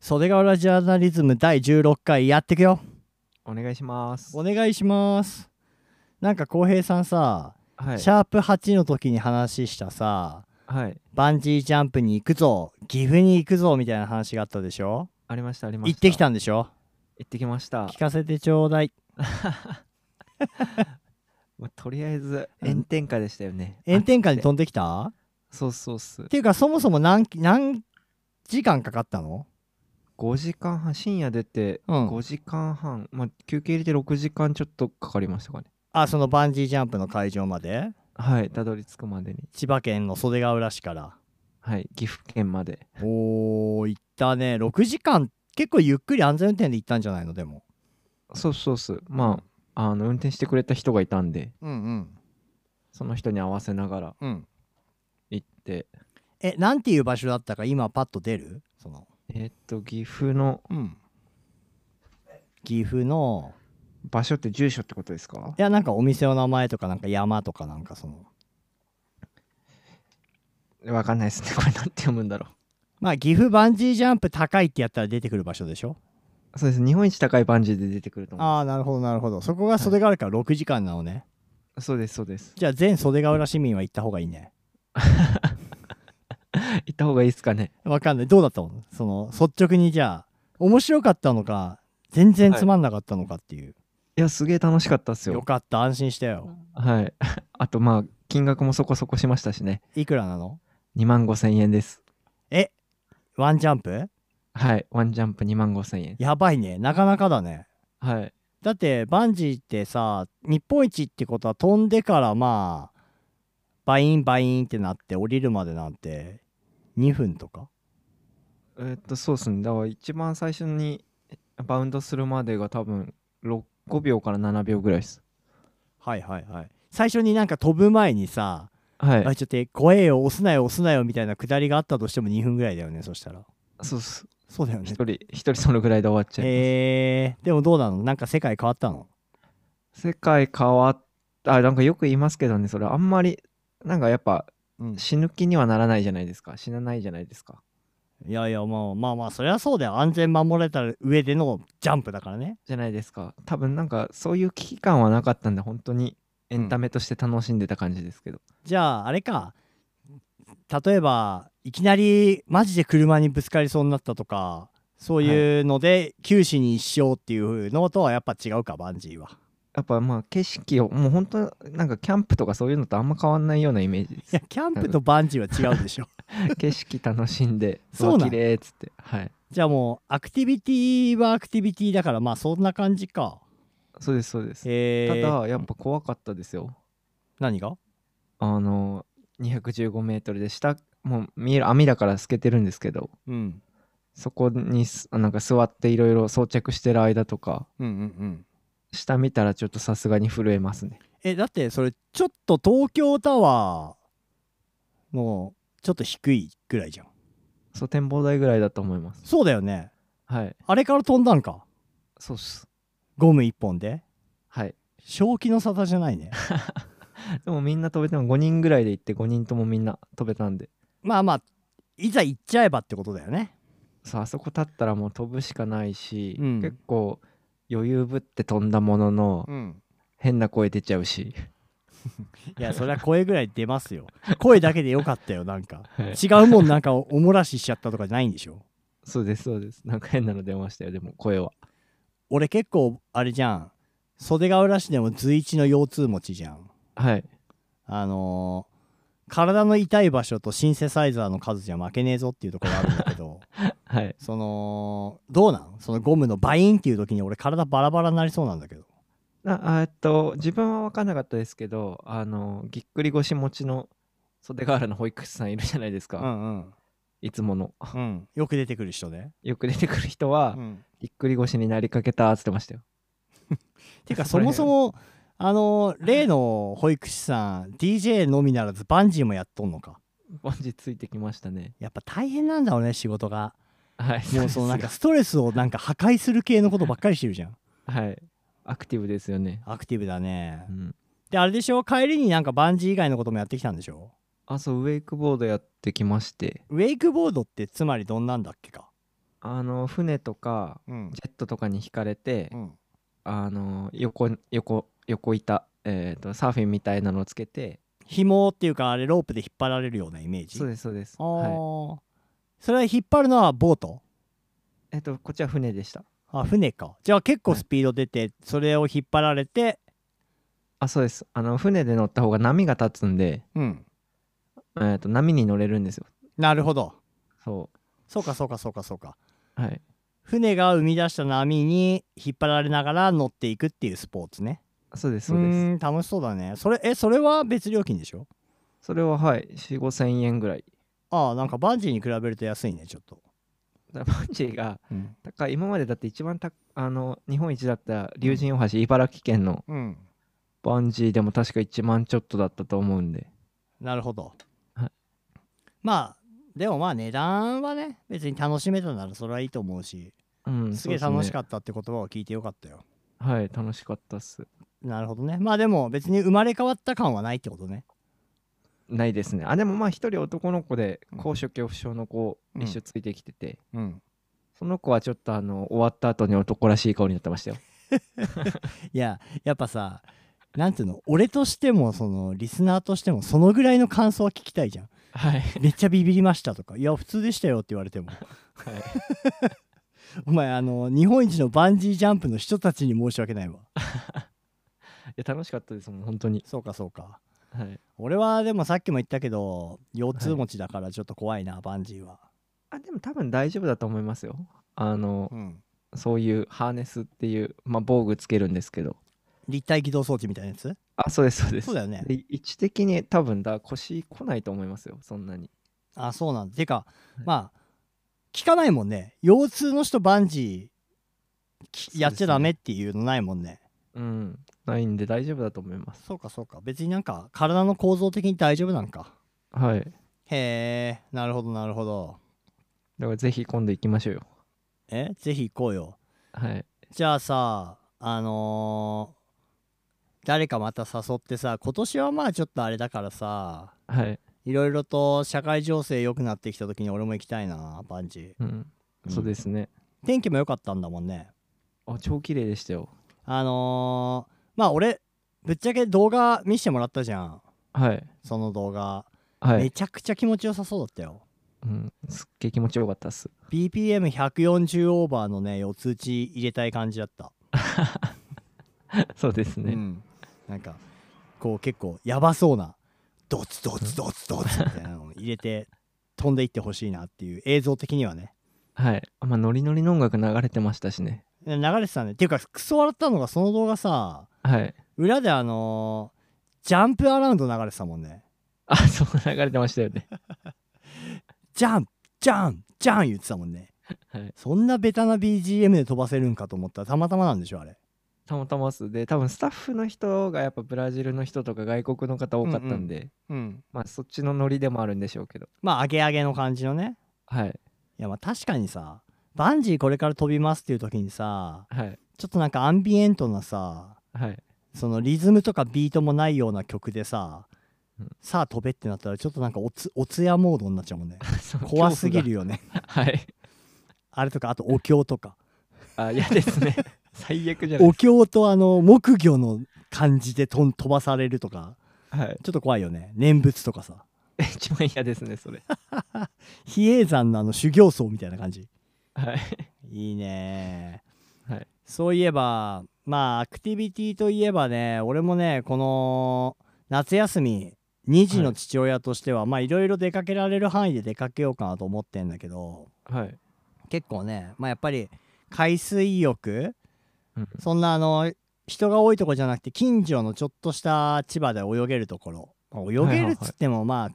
袖ヶ浦ジャーナリズム第16回やってくよお願いしますお願いしますなんか浩平さんさ、はいシャープ8の時に話したさはいバンジージャンプに行くぞ岐阜に行くぞみたいな話があったでしょありましたありました行ってきたんでしょ行ってきました聞かせてちょうだいまあとりあえず炎天下でしたよね炎天下に暑くて飛んできたっそうそうっすていうかそもそも何何時間かかったの5時間半深夜出てうん5時間半、まあ休憩入れて6時間ちょっとかかりましたかねあそのバンジージャンプの会場まではいたどり着くまでに千葉県の袖ヶ浦市からはい岐阜県までおー行ったね6時間結構ゆっくり安全運転で行ったんじゃないのでもそうそうっすまああの運転してくれた人がいたんでうんうんその人に合わせながらうん行ってえなんていう場所だったか今パッと出るそのえーっと岐阜のうん岐阜の場所って住所ってことですかいやなんかお店の名前とかなんか山とかなんかそのわかんないですねこれなんて読むんだろまあ岐阜バンジージャンプ高いってやったら出てくる場所でしょうそうです日本一高いバンジーで出てくると思ああなるほどなるほどそこが袖ヶ浦から6時間なのね、うそうですそうですじゃあ全袖ヶ浦市民は行った方がいいね 行った方がいいですかねわかんないどうだったのその率直にじゃあ面白かったのか全然つまんなかったのかっていう、いやすげえ楽しかったっすよよかった安心したよはい あとまあ金額もそこそこしましたしねいくらなの2万5千円ですえワンジャンプはいワンジャンプ2万5千円やばいねなかなかだねはいだってバンジーってさ日本一ってことは飛んでからまあバインバインってなって降りるまでなんて2分とかえーっとそうですねだから一番最初にバウンドするまでが多分6 5秒から7秒ぐらいですはいはいはい最初になんか飛ぶ前にさはいあちょっと怖えよ押すなよ押すなよみたいな下りがあったとしても2分ぐらいだよねそしたらそうっすそうだよね一人一人そのぐらいで終わっちゃいますへえでもどうなのなんか世界変わったの世界変わったあなんかよく言いますけどねそれあんまりなんかやっぱうん死ぬ気にはならないじゃないですか死なないじゃないですかいやいやまあまあまあそりゃそうだよ安全守れた上でのジャンプだからねじゃないですか多分なんかそういう危機感はなかったんで本当にエンタメとして楽しんでた感じですけど、じゃああれか例えばいきなりマジで車にぶつかりそうになったとかそういうので九死に一生っていうのとはやっぱ違うかバンジーは。やっぱまあ景色をもう本当なんかキャンプとかそういうのとあんま変わんないようなイメージでいすやキャンプとバンジーは違うでしょ。 景色楽しんでそうなんわ綺麗っつってはいじゃあもうアクティビティはアクティビティだからまあそんな感じか。そうですそうですへたえ。だやっぱ怖かったですよ何があの 215m で下もう見える網だから透けてるんですけどうんそこにすなんか座っていろいろ装着してる間とかうんうんうん。下見たらちょっとさすがに震えますねえだってそれちょっと東京タワーのちょっと低いぐらいじゃんそう展望台ぐらいだと思いますそうだよねはいあれから飛んだんかそうっすゴム1本ではい正気の沙汰じゃないねでもみんな飛べても5人ぐらいで行って5人ともみんな飛べたんでまあまあいざ行っちゃえばってことだよねそうあそこ立ったらもう飛ぶしかないし、うん結構余裕ぶって飛んだもののうん変な声出ちゃうし、いやそりゃ声ぐらい出ますよ声だけでよかったよなんかはい違うもんなんかお漏らししちゃったとかじゃないんでしょ そうですそうですなんか変なの出ましたよでも声は俺結構あれじゃん袖ヶ浦市でも随一の腰痛持ちじゃんはいあのー体の痛い場所とシンセサイザーの数じゃ負けねえぞっていうところがあるんだけ どはいそのどうなんそのゴムのバインっていう時に俺体バラバラになりそうなんだけどなあえっと自分は分かんなかったですけどあのぎっくり腰持ちの袖ヶ原の保育士さんいるじゃないですか、んうん、いつものうん、よく出てくる人ね、よく出てくる人は、うん、ぎっくり腰になりかけたっつってましたよてかそそれもそもあのー例の保育士さん DJ のみならずバンジーもやっとんのかバンジーついてきましたねやっぱ大変なんだろうね仕事がはいもうそのなんか さストレスをなんか破壊する系のことばっかりしてるじゃんすがはいアクティブですよねアクティブだねうんであれでしょ帰りになんかバンジー以外のこともやってきたんでしょあそうウェイクボードやってきましてウェイクボードってつまりどんなんだっけかあの船とかうんジェットとかに引かれて、うんあの横横横板、えー、とサーフィンみたいなのをつけて紐っていうかあれロープで引っ張られるようなイメージそうですそうです、あはいー、それは引っ張るのはボートえっとこっちは船でしたあ船かじゃあ結構スピード出てそれを引っ張られてあそうですあの船で乗った方が波が立つんで、うんえー、と波に乗れるんですよなるほどそそうかそうかそうかそうかうはい船が生み出した波に引っ張られながら乗っていくっていうスポーツねそうですそうですーん楽しそうだねそれえそれは別料金でしょそれははい4 5 0 0 0円ぐらい ああなんかバンジーに比べると安いねちょっと、だからバンジーが高い今までだって一番たあの日本一だった竜神大橋茨城県のうん、バンジーでも確か1万ちょっとだったと思うんでなるほど、はいまあでもまあ値段はね別に楽しめたならそれはいいと思うし、うんすげえ楽しかっったって言葉を聞いてよかったよたはい楽しかったっすなるほどねまあでも別に生まれ変わった感はないってことねないですねあでもまあ一人男の子でうん高所恐怖症の子うん一緒ついてきてて、うんその子はちょっとあの終わった後に男らしい顔になってましたよいややっぱさなんていうの俺としてもそのリスナーとしてもそのぐらいの感 想は聞きたいじゃんはい、めっちゃビビりましたとかいや普通でしたよって言われても はい、お前あの日本一のバンジージャンプの人たちに申し訳ないわいや楽しかったですもん本当にそうかそうかはい俺はでもさっきも言ったけど腰痛持ちだからちょっと怖いな、バンジーはあでも多分大丈夫だと思いますよあのうんそういうハーネスっていう、まあ、防具つけるんですけど立体起動装置みたいなやつあそうですそうですそうだよねで位置的に多分だ腰来ないと思いますよそんなにあそうなんだてかいまあ聞かないもんね腰痛の人バンジーきそうですねやっちゃダメっていうのないもんねうんないんで大丈夫だと思いますそうかそうか別になんか体の構造的に大丈夫なんかはいへえなるほどなるほどだからぜひ今度行きましょうよえぜひ行こうよはいじゃあさあのー誰かまた誘ってさ今年はまあちょっとあれだからさはいいろいろと社会情勢良くなってきた時に俺も行きたいなバンジーうん、うんそうですね天気も良かったんだもんねあ超綺麗でしたよあのーまあ俺ぶっちゃけ動画見してもらったじゃんはいその動画、はめい、ちゃくちゃ気持ちよさそうだったようん、すっげえ気持ちよかったっす BPM140 オーバーのね四つ打ち入れたい感じだった、そうですうね、んなんかこう結構やばそうなドツドツドツドツみたいなのを入れて飛んでいってほしいなっていう映像的にはねはいあまあノリノリの音楽流れてましたしね流れてたねっていうかクソ笑ったのがその動画さはい裏であのージャンプアラウンド流れてたもんねあ そう流れてましたよ ねジャンプジャンジャン言ってたもんねはいそんなベタな BGM で飛ばせるんかと思ったらたまたまなんでしょあれたまたまっすで多分スタッフの人がやっぱブラジルの人とか外国の方多かったんで、うんまあそっちのノリでもあるんでしょうけどまあアゲアゲの感じのねはいいやまあ確かにさバンジーこれから飛びますっていう時にさはいちょっとなんかアンビエントなさはいそのリズムとかビートもないような曲でさ、うんさあ飛べってなったらちょっとなんかおつおつやモードになっちゃうもんね そう怖すぎるよね恐怖がはいあれとかあとお経とかあ嫌ですね 最悪じゃないお経とあの木魚の感じでとん飛ばされるとかはいちょっと怖いよね念仏とかさ 一番嫌ですねそれ比叡山のあの修行僧みたいな感じはいいいねはいそういえばまあアクティビティといえばね俺もねこの夏休み2児の父親としては、まあいろいろ出かけられる範囲で出かけようかなと思ってんだけど はい結構ねまあやっぱり海水浴うんそんなあの人が多いとこじゃなくて近所のちょっとした千葉で泳げるところまあ泳はいげはいはるいっつってもまあ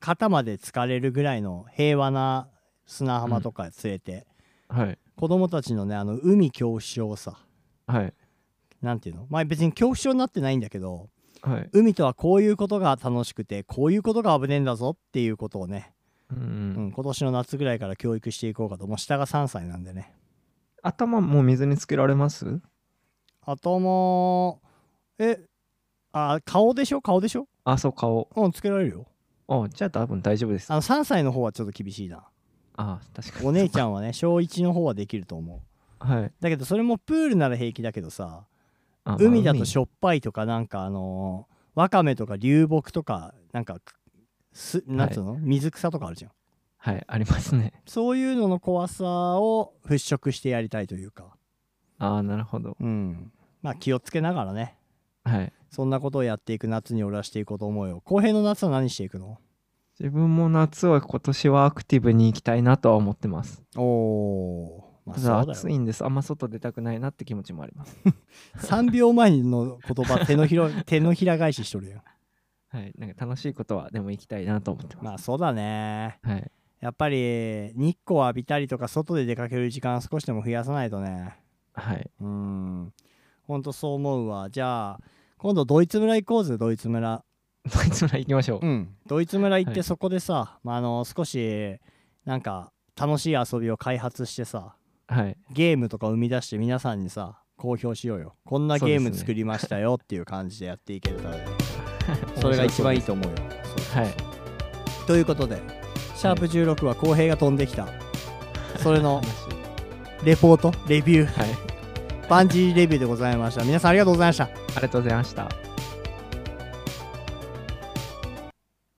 肩まで浸かれるぐらいの平和な砂浜とか連れて、はい子供たちのねあの海恐怖症をさはいなんていうのまあ別に恐怖症になってないんだけどはい海とはこういうことが楽しくてこういうことが危ねえんだぞっていうことをね、うんううんん、今年の夏ぐらいから教育していこうかともう下が3歳なんでね頭もう水につけられます頭えあ顔でしょ顔でしょあそう顔うんつけられるよあじゃあ多分大丈夫ですあの3歳の方はちょっと厳しいなああ確かにお姉ちゃんんはね小1の方はできると思うはいだけどそれもプールなら平気だけどさあ海だとししょっぱいとかなんかあのーわかめとか流木とかなんかくすなんつうの、水草とかあるじゃんはいありますねそういうのの怖さを払拭してやりたいというかああなるほどうんまあ気をつけながらねはいそんなことをやっていく夏に俺はしていこうと思うよ公平の夏は何していくの自分も夏は今年はアクティブに行きたいなとは思ってますおおーまあただそうだ暑よいんですあんま外出たくないなって気持ちもあります3秒前の言 葉手のひら手のひら返ししとるよはいなんか楽しいことはでも行きたいなと思ってます、まあそうだねはいやっぱり日光浴びたりとか外で出かける時間を少しでも増やさないとねはいうんほんとそう思うわじゃあ今度ドイツ村行こうぜドイツ村 ドイツ村行きましょう、うんドイツ村行っはていそこでさ、まあ、あの少しなんか楽しい遊びを開発してさはいゲームとか生み出して皆さんにさ公表しようよこんなゲーム作りましたよっていう感じでやっていけたらねそれが一番いいと思うよそうそうそうはいということでシャープ16は公平が飛んできた、それの話レポートレビューはいバンジーレビューでございました皆さんありがとうございましたありがとうございました